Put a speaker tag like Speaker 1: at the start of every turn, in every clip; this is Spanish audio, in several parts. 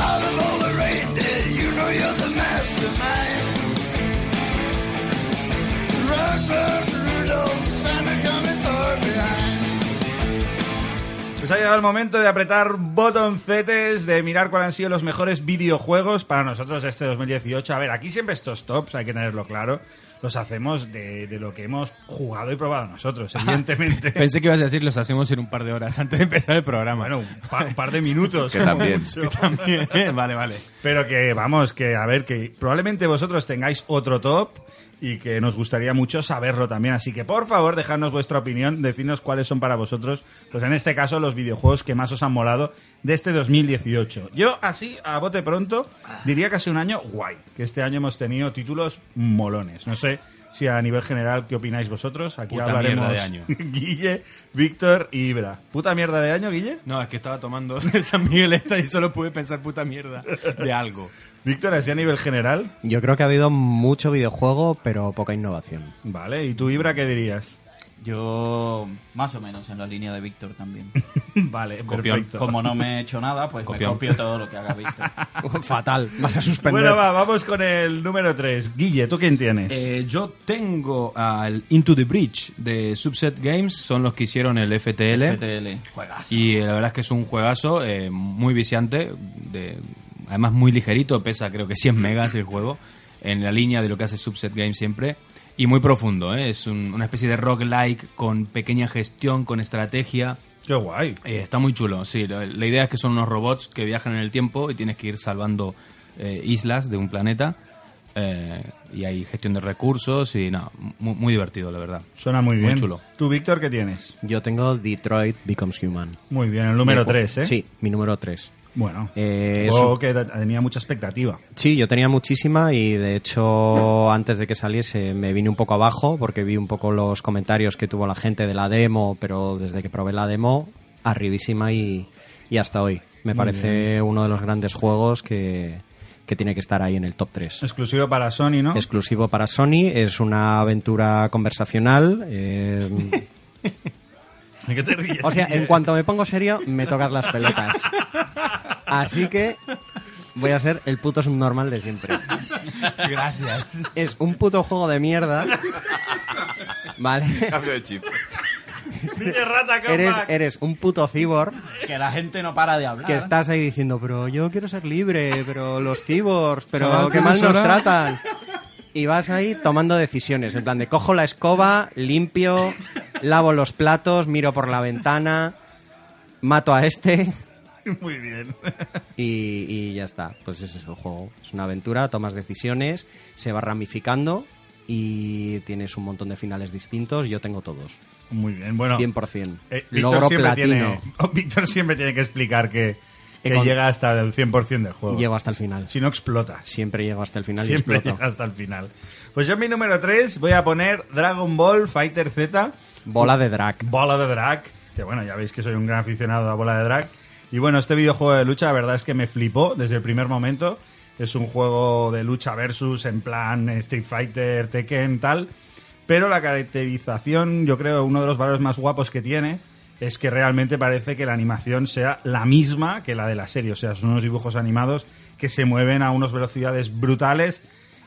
Speaker 1: Out of all the reindeer, you know you're the mastermind. Rudolph, Rudolph, Santa coming far behind.
Speaker 2: Pues ha llegado el momento de apretar botoncetes, de mirar cuáles han sido los mejores videojuegos para nosotros este 2018. A ver, aquí siempre estos tops, hay que tenerlo claro, los hacemos de, de lo que hemos jugado y probado nosotros, evidentemente.
Speaker 3: Pensé que ibas a decir los hacemos en un par de horas antes de empezar el programa.
Speaker 2: bueno, un pa- un par de minutos.
Speaker 4: Que
Speaker 2: como
Speaker 4: también.
Speaker 2: mucho.
Speaker 3: Que también, ¿eh? vale, vale.
Speaker 2: Pero que vamos, que a ver, que probablemente vosotros tengáis otro top y que nos gustaría mucho saberlo también. Así que por favor, dejadnos vuestra opinión, decidnos cuáles son para vosotros, pues en este caso, los videojuegos que más os han molado de este 2018. Yo, así, a bote pronto, diría que ha sido un año guay, que este año hemos tenido títulos molones. No sé. Si a nivel general, ¿qué opináis vosotros? Aquí
Speaker 3: Puta
Speaker 2: hablaremos
Speaker 3: mierda de año.
Speaker 2: Guille, Víctor y Ibra. ¿Puta mierda de año, Guille?
Speaker 3: No, es que estaba tomando San Migueleta y solo pude pensar puta mierda de algo.
Speaker 2: Víctor, así a nivel general.
Speaker 5: Yo creo que ha habido mucho videojuego, pero poca innovación.
Speaker 2: Vale, ¿y tú, Ibra, qué dirías?
Speaker 6: Yo, más o menos, en la línea de Víctor también.
Speaker 2: Vale,
Speaker 3: Copión.
Speaker 2: perfecto.
Speaker 6: Como no me he hecho nada, pues me
Speaker 3: Copión.
Speaker 6: copio todo lo que haga Víctor.
Speaker 5: Fatal, vas a suspender.
Speaker 2: Bueno, va, vamos con el número 3. Guille, ¿tú quién tienes?
Speaker 3: Eh, yo tengo al Into the Bridge de Subset Games, son los que hicieron el FTL.
Speaker 6: FTL. Juegas.
Speaker 3: Y eh, la verdad es que es un juegazo eh, muy viciante, de, además muy ligerito, pesa creo que 100 megas el juego, en la línea de lo que hace Subset Games siempre, y muy profundo, ¿eh? es un- una especie de roguelike con pequeña gestión, con estrategia.
Speaker 2: Qué guay.
Speaker 3: Eh, está muy chulo, sí. La, la idea es que son unos robots que viajan en el tiempo y tienes que ir salvando eh, islas de un planeta. eh, y hay gestión de recursos y no, muy, muy divertido, la verdad.
Speaker 2: Suena muy
Speaker 3: Muy
Speaker 2: bien.
Speaker 3: chulo.
Speaker 2: ¿Tú, Víctor, qué tienes?
Speaker 5: Yo tengo Detroit Becomes Human.
Speaker 2: Muy bien, el número
Speaker 5: Mi ju-
Speaker 2: 3, ¿eh?
Speaker 5: Sí, mi número 3.
Speaker 2: Bueno,
Speaker 5: Eh,
Speaker 2: juego
Speaker 5: es un-
Speaker 2: que da- tenía mucha expectativa.
Speaker 5: Sí, yo tenía muchísima y de hecho antes de que saliese me vine un poco abajo porque vi un poco los comentarios que tuvo la gente de la demo, pero desde que probé la demo, arribísima y, y hasta hoy. Me parece uno de los grandes juegos que, que tiene que estar ahí en el top 3.
Speaker 2: Exclusivo para Sony, ¿no?
Speaker 5: exclusivo para Sony, es una aventura conversacional. eh,
Speaker 2: ¿De qué te ríes?
Speaker 5: o sea,
Speaker 2: Guille?
Speaker 5: en cuanto me pongo serio, me tocas las pelotas. Así que voy a ser el puto subnormal de siempre.
Speaker 3: Gracias.
Speaker 5: Es un puto juego de mierda. ¿Vale?
Speaker 4: Cambio de chip.
Speaker 2: Guille Rata, come
Speaker 5: Eres,
Speaker 2: back.
Speaker 5: eres un puto cyborg
Speaker 6: Que la gente no para de hablar.
Speaker 5: que estás ahí diciendo, pero yo quiero ser libre, pero los cyborgs, pero
Speaker 3: Chaval,
Speaker 5: qué mal
Speaker 3: ¿tienes
Speaker 5: nos
Speaker 3: hora?
Speaker 5: tratan. Y vas ahí tomando decisiones, en plan de cojo la escoba, limpio, lavo los platos, miro por la ventana, mato a este
Speaker 2: Muy bien.
Speaker 5: y, y ya está. Pues ese es el juego. Es una aventura, tomas decisiones, se va ramificando y tienes un montón de finales distintos. Yo tengo todos,
Speaker 2: Muy bien, bueno.
Speaker 5: 100%.
Speaker 2: eh,
Speaker 5: Logro platino.
Speaker 2: tiene, Víctor siempre tiene que explicar que, que
Speaker 5: con-
Speaker 2: llega hasta el 100% del juego.
Speaker 5: Llego hasta el final.
Speaker 2: Si no, explotas.
Speaker 5: Siempre llego hasta el final y
Speaker 2: Siempre
Speaker 5: exploto.
Speaker 2: llega hasta el final. Pues yo en mi número 3 voy a poner Dragon Ball Fighter Z,
Speaker 5: Bola de drag.
Speaker 2: Bola de Drag, que bueno, ya veis que soy un gran aficionado a la Bola de Drag. Y bueno, este videojuego de lucha la verdad es que me flipó desde el primer momento. Es un juego de lucha versus en plan Street Fighter, Tekken, tal. Pero la caracterización, yo creo, uno de los valores más guapos que tiene es que realmente parece que la animación sea la misma que la de la serie. O sea, son unos dibujos animados que se mueven a unas velocidades brutales.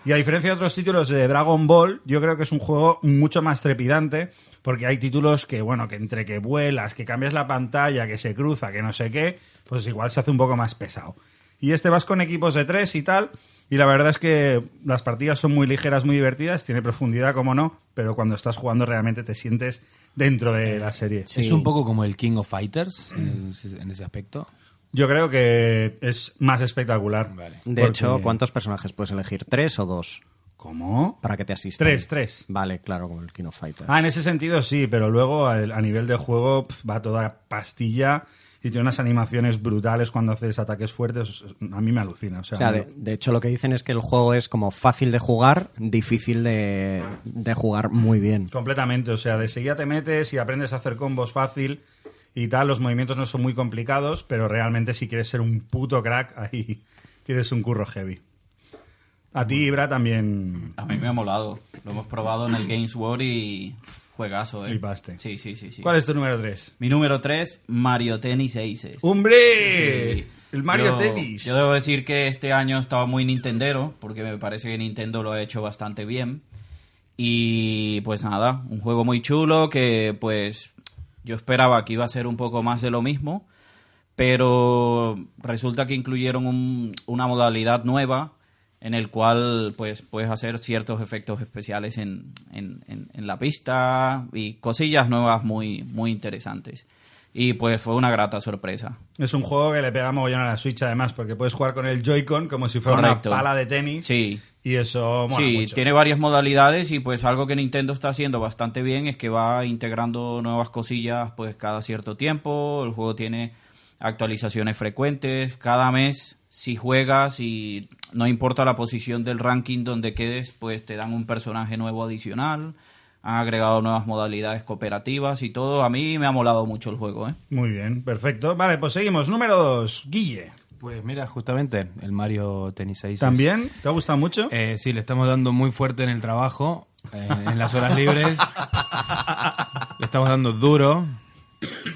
Speaker 2: Y a diferencia de otros títulos de Dragon Ball, yo creo que es un juego mucho más trepidante, porque hay títulos que, bueno, que entre que vuelas, que cambias la pantalla, que se cruza, que no sé qué, pues igual se hace un poco más pesado. Y este vas con equipos de tres y tal, y la verdad es que las partidas son muy ligeras, muy divertidas, tiene profundidad, como no, pero cuando estás jugando realmente te sientes dentro de la serie.
Speaker 3: Es un poco como el King of Fighters en ese- en ese aspecto.
Speaker 2: Yo creo que es más espectacular.
Speaker 3: Vale.
Speaker 5: De
Speaker 2: Porque-
Speaker 5: hecho, ¿cuántos personajes puedes elegir? ¿Tres o dos?
Speaker 2: ¿Cómo?
Speaker 5: para que te asista.
Speaker 2: Tres, tres.
Speaker 5: Vale, claro, como el Kino Fighter.
Speaker 2: Ah, en ese sentido sí, pero luego al- a, nivel de juego pf, va toda pastilla y tiene unas animaciones brutales cuando haces ataques fuertes. A mí me alucina. O sea,
Speaker 5: O sea,
Speaker 2: me-
Speaker 5: de, de hecho lo que dicen es que el juego es como fácil de jugar, difícil de, de jugar muy bien.
Speaker 2: Completamente, o sea, de seguida te metes y aprendes a hacer combos fácil y tal, los movimientos no son muy complicados, pero realmente si quieres ser un puto crack, ahí tienes un curro heavy. A ti, Ibra, también...
Speaker 6: A mí me ha molado. Lo hemos probado en el Games World y. uf, Juegazo, eh.
Speaker 2: Mm. Y baste.
Speaker 6: Sí, sí, sí. sí.
Speaker 2: ¿Cuál es tu número 3?
Speaker 6: Mi número 3, Mario Tennis Aces.
Speaker 2: ¡Hombre!
Speaker 6: Sí.
Speaker 2: El Mario
Speaker 6: Yo-
Speaker 2: Tennis.
Speaker 6: Yo debo decir que este año estaba muy Nintendero, porque me parece que Nintendo lo ha hecho bastante bien. Y pues nada, un juego muy chulo que pues yo esperaba que iba a ser un poco más de lo mismo, pero resulta que incluyeron un- una modalidad nueva en el cual pues puedes hacer ciertos efectos especiales en, en- en- en la pista y cosillas nuevas muy, muy interesantes. Y pues fue una grata sorpresa.
Speaker 2: Es un juego que le pega mogollón a la Switch, además, porque puedes jugar con el Joy-Con como si fuera
Speaker 6: Correcto.
Speaker 2: una pala de tenis.
Speaker 6: Sí.
Speaker 2: Y eso mola
Speaker 6: sí,
Speaker 2: mucho.
Speaker 6: tiene varias modalidades y pues algo que Nintendo está haciendo bastante bien es que va integrando nuevas cosillas pues cada cierto tiempo, el juego tiene actualizaciones frecuentes, cada mes si juegas y no importa la posición del ranking donde quedes, pues te dan un personaje nuevo adicional, han agregado nuevas modalidades cooperativas y todo, a mí me ha molado mucho el juego, ¿eh?
Speaker 2: Muy bien, perfecto. Vale, pues seguimos. Número 2, Guille.
Speaker 3: Pues mira, justamente, el Mario Tennis 6.
Speaker 2: ¿También? ¿Te ha gustado mucho?
Speaker 3: Eh, sí, le estamos dando muy fuerte en el trabajo, eh, en las horas libres. le estamos dando duro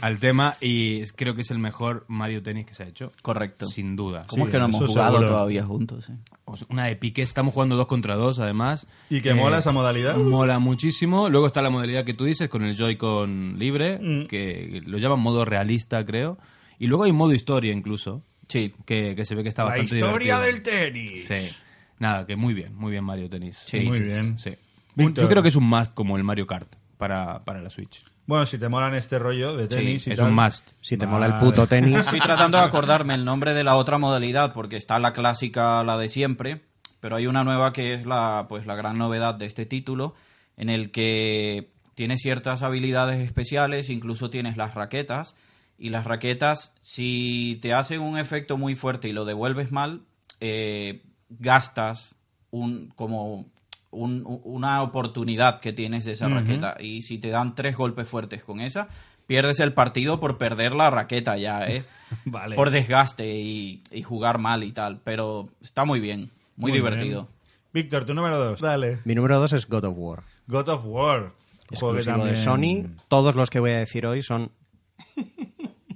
Speaker 3: al tema y es- creo que es el mejor Mario Tennis que se ha hecho.
Speaker 6: Correcto.
Speaker 3: Sin duda.
Speaker 6: ¿Cómo
Speaker 2: Sí,
Speaker 6: es que no hemos
Speaker 2: eso
Speaker 6: jugado
Speaker 2: seguro.
Speaker 6: todavía juntos? eh?
Speaker 3: O sea, Una de pique, estamos jugando dos contra dos además. Eh,
Speaker 2: ¿Y que mola esa modalidad?
Speaker 3: Mola muchísimo. Luego está la modalidad que tú dices con el Joy-Con libre,
Speaker 2: Mm.
Speaker 3: que lo llaman modo realista, creo. Y luego hay modo historia incluso,
Speaker 6: Sí,
Speaker 3: que, que se ve que está
Speaker 2: La
Speaker 3: bastante
Speaker 2: historia
Speaker 3: divertido.
Speaker 2: del tenis.
Speaker 3: Sí. Nada, que muy bien, muy bien Mario Tennis.
Speaker 6: Sí.
Speaker 2: Muy
Speaker 3: Sí,
Speaker 2: bien.
Speaker 3: sí. Un-
Speaker 2: Víctor.
Speaker 3: Yo creo que es un must como el Mario Kart para, para la Switch.
Speaker 2: Bueno, si te molan este rollo de tenis y
Speaker 3: es
Speaker 2: tal.
Speaker 3: un must.
Speaker 5: Si te
Speaker 2: Vale.
Speaker 5: mola el puto tenis,
Speaker 6: Estoy tratando de acordarme el nombre de la otra modalidad, porque está la clásica, la de siempre, pero hay una nueva que es la, pues, la gran novedad de este título, en el que tienes ciertas habilidades especiales, incluso tienes las raquetas, y las raquetas, si te hacen un efecto muy fuerte y lo devuelves mal, eh, gastas un, como un- u- una oportunidad que tienes de esa raqueta. Y si te dan tres golpes fuertes con esa, pierdes el partido por perder la raqueta ya, ¿eh?
Speaker 2: Vale.
Speaker 6: Por desgaste y, y jugar mal y tal. Pero está muy bien, muy,
Speaker 2: bien.
Speaker 6: divertido.
Speaker 2: Víctor, tu número 2. Dale.
Speaker 5: mi número dos es God of War.
Speaker 2: God of War. un juego que
Speaker 5: Exclusivo de Sony.
Speaker 2: también-
Speaker 5: Todos los que voy a decir hoy son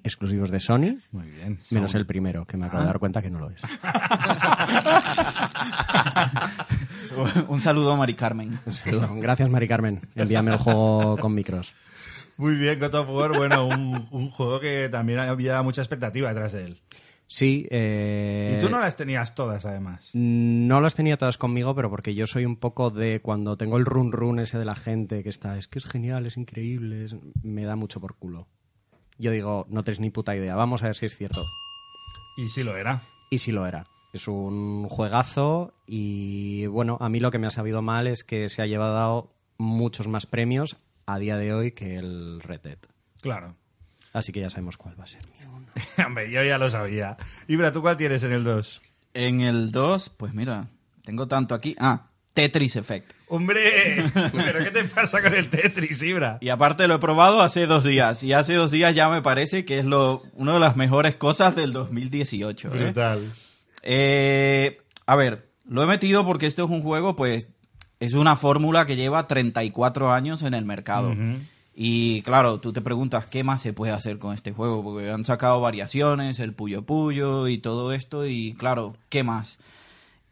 Speaker 5: exclusivos de Sony,
Speaker 2: Muy bien.
Speaker 5: menos el primero, que me acabo de
Speaker 2: Ah.
Speaker 5: dar cuenta que no lo es.
Speaker 6: Un saludo a Mari Carmen.
Speaker 5: Un saludo. Gracias, Mari Carmen. Envíame el juego con micros.
Speaker 2: Muy bien, God of War. Bueno, un, un juego que también había mucha expectativa detrás de él.
Speaker 5: Sí. eh,
Speaker 2: Y tú no las tenías todas, además.
Speaker 5: No las tenía todas conmigo, pero porque yo soy un poco de cuando tengo el run run ese de la gente que está, es que es genial, es increíble, es- me da mucho por culo. Yo digo, no tenéis ni puta idea, vamos a ver si es cierto.
Speaker 2: Y sí lo era.
Speaker 5: Y sí lo era. Es un juegazo y bueno, a mí lo que me ha sabido mal es que se ha llevado muchos más premios a día de hoy que el Red Dead.
Speaker 2: Claro.
Speaker 5: Así que ya sabemos cuál va a ser mi uno.
Speaker 2: Hombre, yo ya lo sabía. Ibra, ¿tú cuál tienes en el 2?
Speaker 6: En el 2, pues mira, tengo tanto aquí. Ah, Tetris Effect.
Speaker 2: ¡Hombre! ¿Pero qué te pasa con el Tetris, Ibra?
Speaker 6: Y aparte lo he probado hace dos días. Y hace dos días ya me parece que es lo, una de las mejores cosas del 2018. ¿eh?
Speaker 2: Brutal.
Speaker 6: Eh, a ver, lo he metido porque esto es un juego, pues es una fórmula que lleva 34 años en el mercado. Y claro, tú te preguntas qué más se puede hacer con este juego, porque han sacado variaciones, el Puyo Puyo y todo esto, y claro, ¿qué más?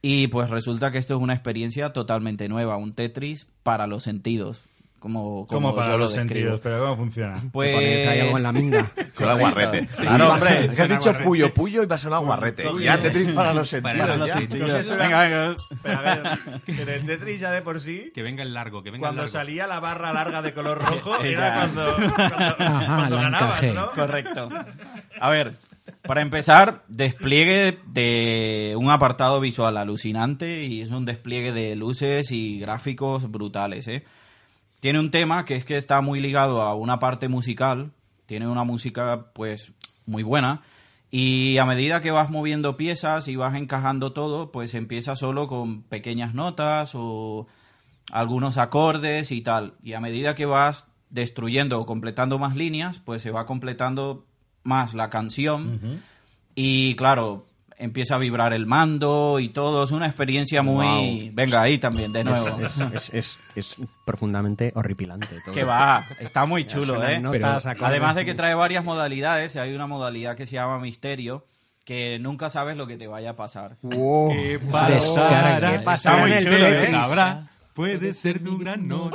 Speaker 6: Y pues resulta que esto es una experiencia totalmente nueva, un Tetris para los sentidos. Como, como
Speaker 2: Como para
Speaker 6: yo lo
Speaker 2: los
Speaker 6: describo. Pues,
Speaker 2: sentidos, pero ¿cómo funciona?
Speaker 5: Te pones ahí algo en la minga.
Speaker 4: Son aguarretes. sí.
Speaker 6: Claro, hombre.
Speaker 4: Es que has dicho puyo puyo y va a sonar aguarrete. Ya Tetris para los sentidos.
Speaker 3: los
Speaker 4: ya.
Speaker 3: sentidos.
Speaker 6: Venga, venga.
Speaker 2: Pero a ver, en el Tetris ya de por sí,
Speaker 3: Que venga el largo, que venga
Speaker 2: cuando
Speaker 3: el largo.
Speaker 2: salía la barra larga de color rojo,
Speaker 6: Ella.
Speaker 2: era cuando, cuando,
Speaker 5: Ajá,
Speaker 2: cuando
Speaker 5: la
Speaker 2: ganabas,
Speaker 5: encajé.
Speaker 2: ¿no?
Speaker 6: Correcto. A ver, Para empezar, despliegue de un apartado visual alucinante y es un despliegue de luces y gráficos brutales. ¿eh? Tiene un tema que es que está muy ligado a una parte musical, tiene una música pues muy buena y a medida que vas moviendo piezas y vas encajando todo, pues empieza solo con pequeñas notas o algunos acordes y tal. Y a medida que vas destruyendo o completando más líneas, pues se va completando más la canción. Y claro, empieza a vibrar el mando y todo. Es una experiencia muy... Venga, ahí también, de nuevo.
Speaker 5: Es, es- es- es profundamente horripilante. todo.
Speaker 6: Que va, está muy chulo,
Speaker 5: Suenan
Speaker 6: ¿eh?
Speaker 5: notas,
Speaker 6: Pero-
Speaker 5: acordes.
Speaker 6: Además de que trae varias modalidades, hay una modalidad que se llama misterio, que nunca sabes lo que te vaya a pasar.
Speaker 4: Wow.
Speaker 6: Eh,
Speaker 7: Descarga.
Speaker 5: ¿Qué pasa
Speaker 3: Está
Speaker 5: con
Speaker 3: muy
Speaker 5: el
Speaker 3: chulo,
Speaker 5: Betis?
Speaker 3: ¿eh? Sabrá. Puede ser tu gran noche.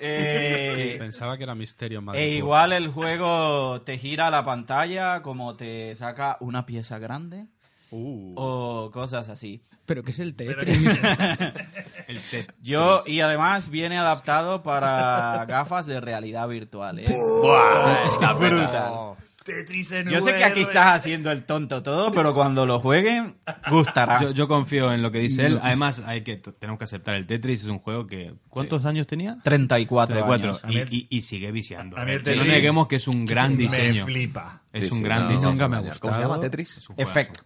Speaker 6: Eh,
Speaker 7: Pensaba que era misterio en Madrid.
Speaker 6: e igual el juego te gira la pantalla, como te saca una pieza grande o cosas así.
Speaker 7: Pero que es el Tetris.
Speaker 3: El te-
Speaker 6: Yo, y además viene adaptado para gafas de realidad virtual. ¿eh? Está brutal.
Speaker 2: Tetris en
Speaker 6: Yo sé que aquí
Speaker 2: VR.
Speaker 6: estás haciendo el tonto todo, pero cuando lo jueguen,
Speaker 4: Ah.
Speaker 6: gustará.
Speaker 3: Yo, yo confío en lo que dice
Speaker 4: pues-
Speaker 3: él. Además, hay que t- tenemos que aceptar el Tetris. Es un juego que... ¿Cuántos años tenía?
Speaker 6: 34
Speaker 3: 34.
Speaker 6: años.
Speaker 3: Y,
Speaker 2: A mí-
Speaker 3: y- y sigue viciando.
Speaker 2: a mí el
Speaker 3: Eh, no
Speaker 2: Tetris-
Speaker 3: neguemos que es un gran diseño.
Speaker 2: Me flipa.
Speaker 3: Es
Speaker 4: Sí,
Speaker 3: un
Speaker 4: sí,
Speaker 3: gran
Speaker 4: no,
Speaker 3: diseño.
Speaker 4: nunca me ha
Speaker 3: ¿Cómo se llama?
Speaker 4: Tetris?
Speaker 3: Es un juegazo.
Speaker 6: Effect.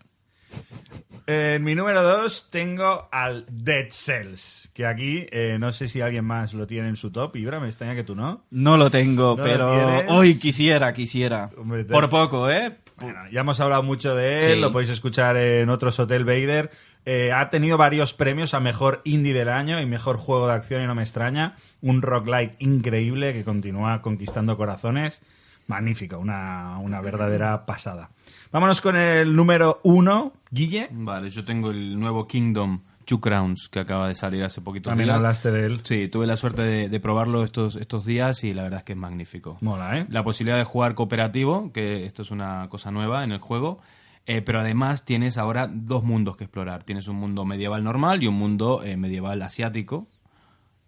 Speaker 2: En mi número 2 tengo al Dead Cells, que aquí eh, no sé si alguien más lo tiene en su top. Ibra, me extraña que tú no.
Speaker 6: No lo tengo,
Speaker 2: ¿No lo
Speaker 6: pero
Speaker 2: tienes?
Speaker 6: hoy quisiera, quisiera.
Speaker 2: Hombre, te-
Speaker 6: Por poco, ¿eh?
Speaker 2: Bueno, ya hemos hablado mucho de él,
Speaker 6: Sí.
Speaker 2: lo podéis escuchar en otros Hotel Vader. Eh, ha tenido varios premios a mejor indie del año y mejor juego de acción, y no me extraña. Un rock light increíble que continúa conquistando corazones. Magnífico, una, una verdadera pasada. Vámonos con el número uno, Guille.
Speaker 3: Vale, yo tengo el nuevo Kingdom Two Crowns que acaba de salir hace
Speaker 4: Ah,
Speaker 3: poquito.
Speaker 2: También hablaste de él.
Speaker 3: Sí, tuve la suerte de, de probarlo estos, estos días y la verdad es que es magnífico.
Speaker 2: Mola, ¿eh?
Speaker 3: La posibilidad de jugar cooperativo, que esto es una cosa nueva en el juego, eh, pero además tienes ahora dos mundos que explorar. Tienes un mundo medieval normal y un mundo eh, medieval asiático.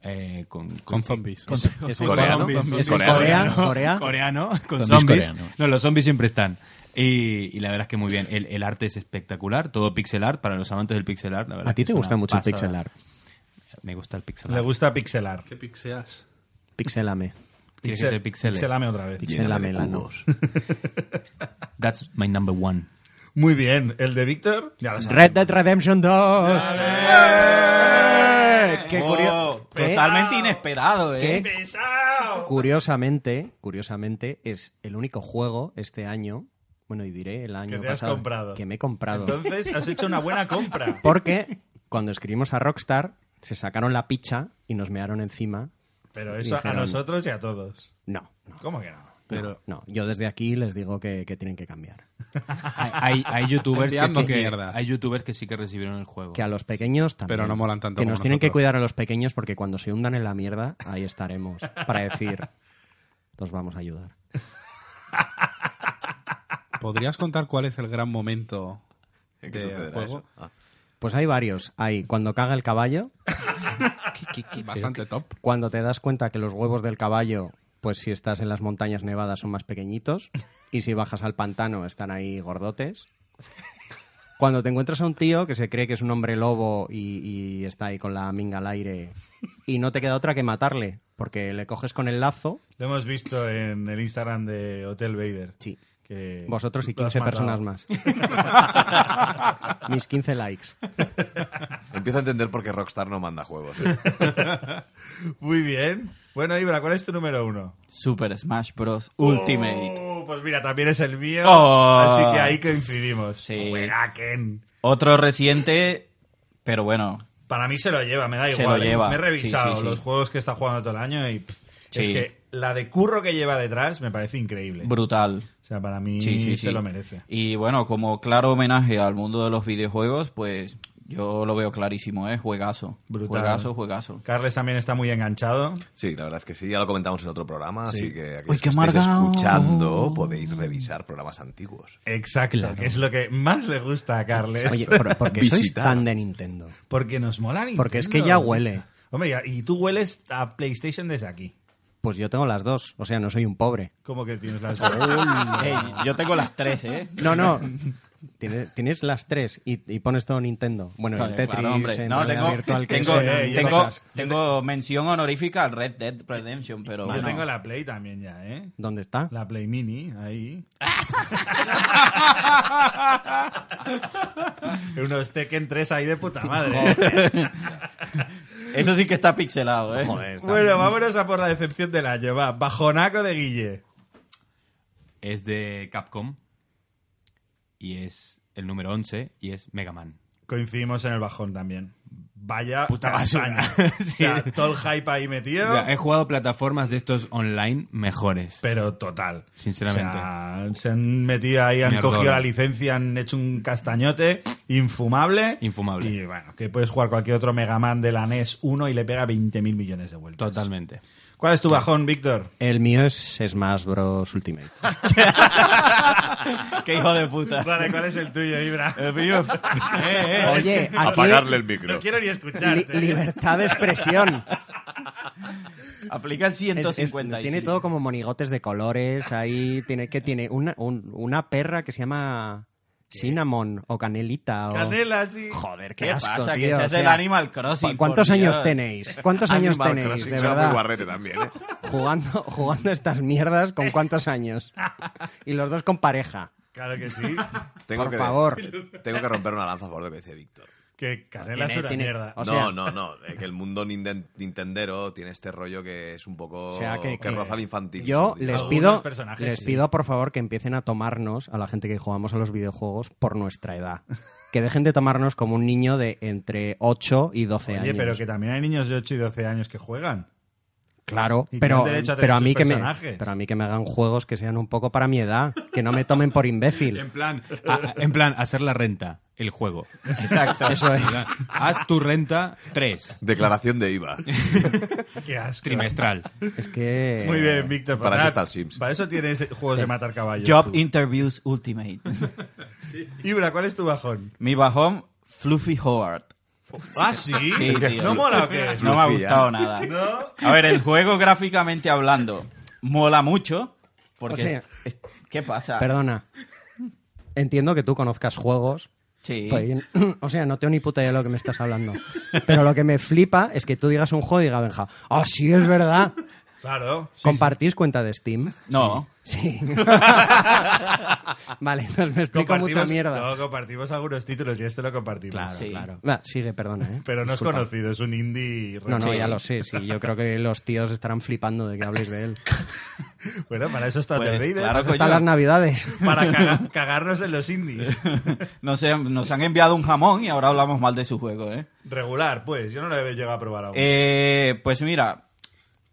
Speaker 3: eh, con,
Speaker 7: Con zombies.
Speaker 5: Es
Speaker 4: Coreano.
Speaker 5: Es
Speaker 4: Coreano.
Speaker 5: Corea, Corea.
Speaker 3: coreano, con
Speaker 7: Zombies
Speaker 3: zombies.
Speaker 7: coreanos.
Speaker 3: No, los zombies siempre están. Y, y la verdad es que muy bien. El, el arte es espectacular, todo pixel art, para los amantes del pixel art. La verdad
Speaker 5: A ti
Speaker 3: es que es
Speaker 5: te gusta
Speaker 3: una
Speaker 5: mucho el
Speaker 3: pasada.
Speaker 5: pixel art.
Speaker 3: Me gusta el pixel
Speaker 2: Le
Speaker 3: art.
Speaker 2: gusta pixelar.
Speaker 7: ¿Qué pixeas?
Speaker 5: Pixelame.
Speaker 3: ¿Quieres que te pixele?
Speaker 2: pixelame otra vez.
Speaker 5: Pixelame la no.
Speaker 3: That's my number one.
Speaker 2: Muy bien. El de Víctor, ya lo sabes.
Speaker 5: Red Dead Redemption 2. ¡Eh! Qué curioso.
Speaker 6: Oh, Totalmente inesperado, ¿eh?
Speaker 5: ¿Qué? Curiosamente, curiosamente, es el único juego este año, bueno, y diré el año
Speaker 2: Que te has
Speaker 5: pasado,
Speaker 2: comprado.
Speaker 5: que me he comprado.
Speaker 2: Entonces has hecho una buena compra.
Speaker 5: Porque cuando escribimos a Rockstar, se sacaron la picha y nos mearon encima.
Speaker 2: Pero eso
Speaker 5: Dijeron-
Speaker 2: a nosotros y a todos.
Speaker 5: No, no,
Speaker 2: ¿Cómo que no?
Speaker 7: Pero
Speaker 5: no. Yo desde aquí les digo que, que tienen que cambiar.
Speaker 3: Hay, hay- hay youtubers que
Speaker 7: Enviando
Speaker 3: sí que,
Speaker 7: mierda.
Speaker 3: hay youtubers que sí que recibieron el juego.
Speaker 5: Que a los pequeños también.
Speaker 7: Pero no molan tanto
Speaker 5: Que
Speaker 7: como
Speaker 5: nos tienen que
Speaker 7: nosotros.
Speaker 5: cuidar a los pequeños porque cuando se hundan en la mierda, ahí estaremos para decir, los vamos a ayudar.
Speaker 7: ¿podrías contar cuál es el gran momento
Speaker 4: ¿En qué
Speaker 7: del
Speaker 4: sucederá
Speaker 7: juego?
Speaker 4: eso? Ah.
Speaker 5: Pues hay varios. Hay cuando caga el caballo,
Speaker 7: Bastante top.
Speaker 5: cuando te das cuenta que los huevos del caballo, pues si estás en las montañas nevadas son más pequeñitos y si bajas al pantano están ahí gordotes. Cuando te encuentras a un tío que se cree que es un hombre lobo y, y está ahí con la minga al aire y no te queda otra que matarle porque le coges con el lazo.
Speaker 2: Lo hemos visto en el Instagram de Hotel Vader.
Speaker 5: Sí.
Speaker 2: que
Speaker 5: Vosotros y
Speaker 2: lo has
Speaker 5: 15 personas
Speaker 2: matado.
Speaker 5: más. Mis 15 likes.
Speaker 4: Empiezo a entender por qué Rockstar no manda juegos.
Speaker 2: Muy bien. Bueno, Ibra, ¿cuál es tu número uno?
Speaker 6: Super Smash Bros. Ultimate.
Speaker 2: Oh, pues mira, también es el mío.
Speaker 6: Oh.
Speaker 2: Así que ahí coincidimos.
Speaker 6: Sí.
Speaker 2: Juegaquen.
Speaker 6: Otro reciente, pero bueno.
Speaker 2: Para mí se lo lleva, me da
Speaker 6: Se
Speaker 2: igual.
Speaker 6: lo
Speaker 2: ¿eh?
Speaker 6: lleva.
Speaker 2: Me he revisado
Speaker 6: Sí, sí, sí.
Speaker 2: los juegos que está jugando todo el año y pff, es
Speaker 6: Sí.
Speaker 2: que la de curro que lleva detrás me parece increíble.
Speaker 6: Brutal.
Speaker 2: o sea, para mí
Speaker 6: Sí, sí,
Speaker 2: se
Speaker 6: sí.
Speaker 2: lo merece.
Speaker 6: Y bueno, como claro homenaje al mundo de los videojuegos, pues yo lo veo clarísimo, ¿eh? Juegazo.
Speaker 2: Brutal.
Speaker 6: Juegazo, juegazo.
Speaker 2: Carles también está muy enganchado.
Speaker 4: Sí, la verdad es que sí, ya lo comentamos en otro programa, así que aquellos
Speaker 6: Uy, qué
Speaker 4: que estéis
Speaker 6: amargao.
Speaker 4: escuchando podéis revisar programas antiguos.
Speaker 2: Exacto, que es lo que más le gusta a Carles.
Speaker 5: Oye, ¿por, por qué sois
Speaker 4: Visitar.
Speaker 5: tan de Nintendo?
Speaker 2: Porque nos mola Nintendo.
Speaker 5: Porque es que ya huele.
Speaker 2: Hombre, ya- y tú hueles a PlayStation desde aquí.
Speaker 5: Pues yo tengo las dos, o sea, no soy un pobre.
Speaker 2: ¿Cómo que tienes las
Speaker 6: Ey, yo tengo las tres, ¿eh?
Speaker 5: No, no. Tienes, tienes las tres y, y pones todo Nintendo. Bueno, el
Speaker 6: Claro,
Speaker 5: Tetris
Speaker 6: claro, hombre.
Speaker 5: en
Speaker 6: No,
Speaker 5: realidad
Speaker 6: tengo,
Speaker 5: virtual que
Speaker 6: tengo,
Speaker 5: son
Speaker 2: eh,
Speaker 6: tengo-
Speaker 5: cosas.
Speaker 6: tengo mención honorífica al Red Dead Redemption, pero
Speaker 2: Yo
Speaker 6: bueno.
Speaker 2: tengo la Play también ya, ¿eh?
Speaker 5: ¿Dónde está?
Speaker 2: La Play Mini, ahí. Unos Tekken 3 ahí de puta madre. ¿eh?
Speaker 6: Eso sí que está pixelado, ¿eh?
Speaker 5: Joder, está-
Speaker 2: bueno, vámonos a por la decepción del año, va. Bajonaco de Guille.
Speaker 3: Es de Capcom y es el número 11 y es Mega Man.
Speaker 2: Coincidimos en el bajón también. Vaya
Speaker 3: Puta basura.
Speaker 2: castaña. O sea,
Speaker 3: Sí.
Speaker 2: todo el hype ahí metido.
Speaker 3: Ya, he jugado plataformas de estos online mejores.
Speaker 2: Pero total.
Speaker 3: Sinceramente.
Speaker 2: O sea, se han metido ahí, han
Speaker 3: Mierdón.
Speaker 2: cogido la licencia, han hecho un castañote infumable.
Speaker 3: Infumable.
Speaker 2: Y bueno, que puedes jugar cualquier otro Mega Man de la NES 1 y le pega 20.000 millones de vueltas.
Speaker 3: Totalmente.
Speaker 2: ¿Cuál es tu bajón, Víctor?
Speaker 5: El mío es Smash Bros. Ultimate.
Speaker 6: Qué hijo de puta.
Speaker 2: Vale, ¿cuál es el tuyo, Ibra? Eh,
Speaker 6: Eh,
Speaker 5: Oye,
Speaker 8: Apagarle el micro.
Speaker 2: No quiero ni
Speaker 5: li-
Speaker 2: escucharte.
Speaker 5: libertad de expresión.
Speaker 6: Aplica el
Speaker 5: Es- es-
Speaker 6: 150.
Speaker 5: tiene todo como monigotes de colores. Ahí tiene que tiene una, un- una perra que se llama Cinnamon o Canelita. O...
Speaker 2: Canela, sí.
Speaker 5: Joder, qué,
Speaker 6: ¿Qué
Speaker 5: asco,
Speaker 6: pasa?
Speaker 5: tío.
Speaker 6: que
Speaker 5: o
Speaker 6: ese es del
Speaker 5: sea,
Speaker 6: Animal Crossing.
Speaker 5: ¿cu- ¿Cuántos
Speaker 6: por
Speaker 5: años
Speaker 6: Dios?
Speaker 5: tenéis? ¿Cuántos años
Speaker 8: Animal
Speaker 5: tenéis?
Speaker 8: Crossing
Speaker 5: de
Speaker 8: será muy
Speaker 5: verdad.
Speaker 8: guarrete también, ¿eh?
Speaker 5: Jugando, jugando estas mierdas, ¿con cuántos años? Y los dos con pareja.
Speaker 2: Claro que sí.
Speaker 8: Tengo
Speaker 5: Por
Speaker 8: que
Speaker 5: favor.
Speaker 8: Tengo que romper una lanza a favor de lo que dice Víctor.
Speaker 2: Que Canela es una
Speaker 5: tiene-
Speaker 2: mierda.
Speaker 5: O sea-
Speaker 8: no, no, no. Es que el mundo ninden- nintendero tiene este rollo que es un poco.
Speaker 5: O sea, que-
Speaker 8: que,
Speaker 5: que-
Speaker 8: roza al infantil.
Speaker 5: Yo les
Speaker 2: Algunos
Speaker 5: pido,
Speaker 2: personajes,
Speaker 5: les
Speaker 2: sí.
Speaker 5: pido por favor que empiecen a tomarnos a la gente que jugamos a los videojuegos por nuestra edad. Que dejen de tomarnos como un niño de entre 8 y 12
Speaker 2: Oye,
Speaker 5: años.
Speaker 2: pero que también hay niños de 8 y 12 años que juegan.
Speaker 5: Claro,
Speaker 2: Y
Speaker 5: pero,
Speaker 2: tienen derecho a tener
Speaker 5: pero, a
Speaker 2: sus
Speaker 5: mí que me,
Speaker 2: personajes.
Speaker 5: pero a mí que me hagan juegos que sean un poco para mi edad, que no me tomen por
Speaker 3: En
Speaker 5: imbécil.
Speaker 3: plan, a- a- en plan, hacer la renta, el juego. Exacto.
Speaker 5: Eso es.
Speaker 3: Haz tu renta 3,
Speaker 8: Declaración de IVA.
Speaker 2: Qué asco.
Speaker 3: trimestral.
Speaker 5: Es que...
Speaker 2: Muy bien, Víctor. pues
Speaker 8: Para eso
Speaker 2: nada,
Speaker 8: está el Sims.
Speaker 2: Para eso tienes juegos de matar caballos.
Speaker 6: Job
Speaker 2: tú.
Speaker 6: Interviews Ultimate.
Speaker 2: Ibra, ¿cuál es tu bajón?
Speaker 6: Mi bajón, Fluffy Howard.
Speaker 2: Ah, sí.
Speaker 6: Sí, tío.
Speaker 2: ¿No mola o qué?
Speaker 6: No me ha
Speaker 8: Fluffy,
Speaker 6: gustado
Speaker 8: ¿eh?
Speaker 6: nada.
Speaker 2: No.
Speaker 6: A ver, el juego gráficamente hablando mola mucho. Porque
Speaker 5: O sea-
Speaker 6: es- es- ¿Qué pasa?
Speaker 5: Perdona. Entiendo que tú conozcas juegos.
Speaker 6: Sí.
Speaker 5: pues, o sea, no tengo ni puta idea de lo que me estás hablando. Pero lo que me flipa es que tú digas un juego y diga Benja, ¡Ah, sí, es verdad!
Speaker 2: Claro.
Speaker 5: ¿Compartís cuenta de Steam?
Speaker 6: No.
Speaker 5: Sí. vale, entonces me explico mucha
Speaker 2: Compartimos-
Speaker 5: mierda.
Speaker 2: No, compartimos algunos títulos y este lo compartimos.
Speaker 5: Claro,
Speaker 6: Sí.
Speaker 5: claro. Va, sigue, perdona, ¿eh?
Speaker 2: Pero no es
Speaker 5: Disculpa.
Speaker 2: conocido, es un indie.
Speaker 5: No, no,
Speaker 2: rechazado.
Speaker 5: ya lo sé, sí. Yo creo que los tíos estarán flipando de que habléis de él.
Speaker 2: Bueno, para eso está
Speaker 6: Pues,
Speaker 2: The Raider,
Speaker 6: claro,
Speaker 2: para-
Speaker 5: Hasta las navidades.
Speaker 2: Para caga- cagarnos en los indies.
Speaker 6: Nos, han- nos han enviado un jamón y ahora hablamos mal de su juego, ¿eh?
Speaker 2: Regular, pues. Yo no lo he llegado a probar aún.
Speaker 6: Eh, pues mira,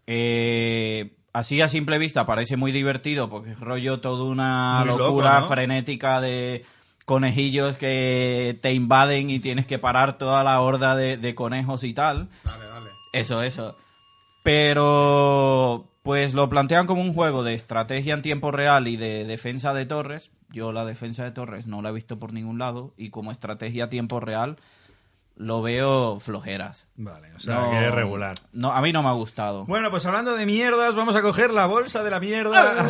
Speaker 6: eh, así a simple vista parece muy divertido porque es rollo toda una
Speaker 2: Muy loco,
Speaker 6: locura
Speaker 2: ¿no?
Speaker 6: frenética de conejillos que te invaden y tienes que parar toda la horda de, de conejos y tal. Eso, eso. Pero pues lo plantean como un juego de estrategia en tiempo real y de defensa de torres. Yo la defensa de torres no la he visto por ningún lado y como estrategia a tiempo real lo veo flojeras.
Speaker 2: Vale, o sea, que es regular.
Speaker 6: No, a mí no me ha gustado.
Speaker 2: Bueno, pues hablando de mierdas, vamos a coger la bolsa de la mierda.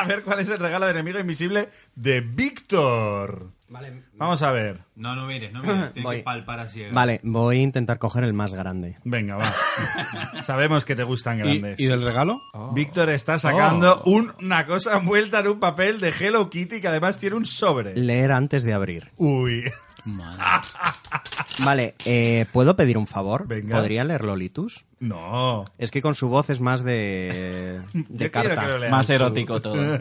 Speaker 2: a ver cuál es el regalo de enemigo invisible de Víctor.
Speaker 5: Vale,
Speaker 2: Vamos a ver.
Speaker 3: No, no mires, no mires.
Speaker 5: tienes Voy. que eh.
Speaker 3: palpar así.
Speaker 5: Vale, voy a intentar coger el más grande.
Speaker 2: Venga, va. Sabemos que te gustan
Speaker 7: ¿Y,
Speaker 2: grandes.
Speaker 7: y del Oh. regalo?
Speaker 6: Oh.
Speaker 2: Víctor está sacando un- una cosa envuelta en un papel de Hello Kitty que además tiene un sobre.
Speaker 5: Leer antes de abrir.
Speaker 2: Uy.
Speaker 5: Vale, eh, ¿puedo pedir un favor?
Speaker 2: Venga.
Speaker 5: ¿Podría leerlo Litus?
Speaker 2: No.
Speaker 5: Es que con su voz es más de,
Speaker 2: Yo
Speaker 5: de
Speaker 2: quiero
Speaker 5: carta.
Speaker 2: que lo leas
Speaker 6: Más
Speaker 2: tú.
Speaker 6: erótico todo.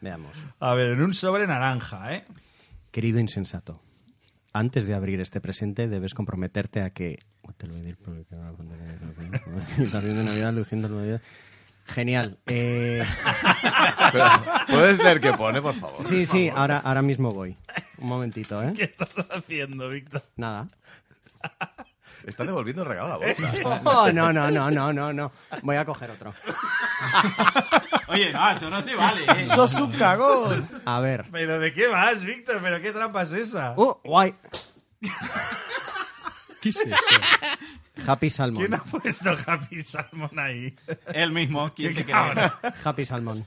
Speaker 5: Veamos.
Speaker 2: A ver, en un sobre naranja, ¿eh?
Speaker 5: Querido insensato, antes de abrir este presente debes comprometerte a que... Te lo voy a decir porque tengo una punta que- Y también de Navidad luciendo el Navidad. Genial. Eh,
Speaker 8: Pero, ¿Puedes leer qué pone, por favor?
Speaker 5: sí, sí, ahora, ahora mismo voy. Un momentito, ¿eh?
Speaker 2: ¿Qué estás haciendo, Víctor?
Speaker 5: Nada.
Speaker 8: Está devolviendo el regalo a la bolsa.
Speaker 5: Oh, no, no, no, no, no, no. Voy a coger otro.
Speaker 6: Oye, no, eso no se vale.
Speaker 8: eh.
Speaker 4: ¡Sos un cagón!
Speaker 5: A ver.
Speaker 2: ¿Pero de qué vas, Víctor? ¿Pero
Speaker 7: Oh,
Speaker 2: qué trampa es esa?
Speaker 5: ¡Uh, guay!
Speaker 7: ¿Qué es esto?
Speaker 5: Happy Salmon.
Speaker 2: ¿Quién ha puesto Happy Salmon ahí?
Speaker 6: Él mismo, ¿quién te
Speaker 2: Qué
Speaker 6: crees?
Speaker 2: cabrón.
Speaker 5: Happy Salmon.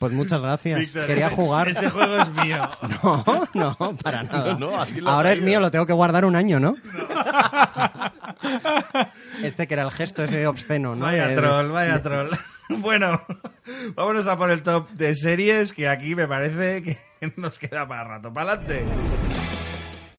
Speaker 5: Pues muchas gracias.
Speaker 2: Víctor, eh,
Speaker 5: Quería jugar.
Speaker 2: Ese juego es mío.
Speaker 5: No, no, para nada.
Speaker 8: No, aquí lo ha
Speaker 5: Ahora es
Speaker 8: traído.
Speaker 5: mío, lo tengo que guardar un año, ¿no? Este que era el gesto ese obsceno, ¿no?
Speaker 2: Vaya
Speaker 5: De-
Speaker 2: troll, vaya troll. Bueno, vámonos a por el top de series que aquí me parece que nos queda para rato. ¡Para adelante!